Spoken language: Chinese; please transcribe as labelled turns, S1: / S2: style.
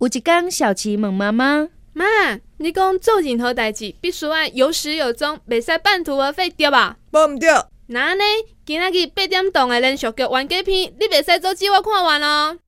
S1: 有一天，小琪问妈妈
S2: 妈，你讲做任何代志必须按有始有终，袂使半途而废，对吧？
S3: 无毋对，
S2: 那呢，今仔日八点档的连续剧完结篇，你袂使阻止我看完哦。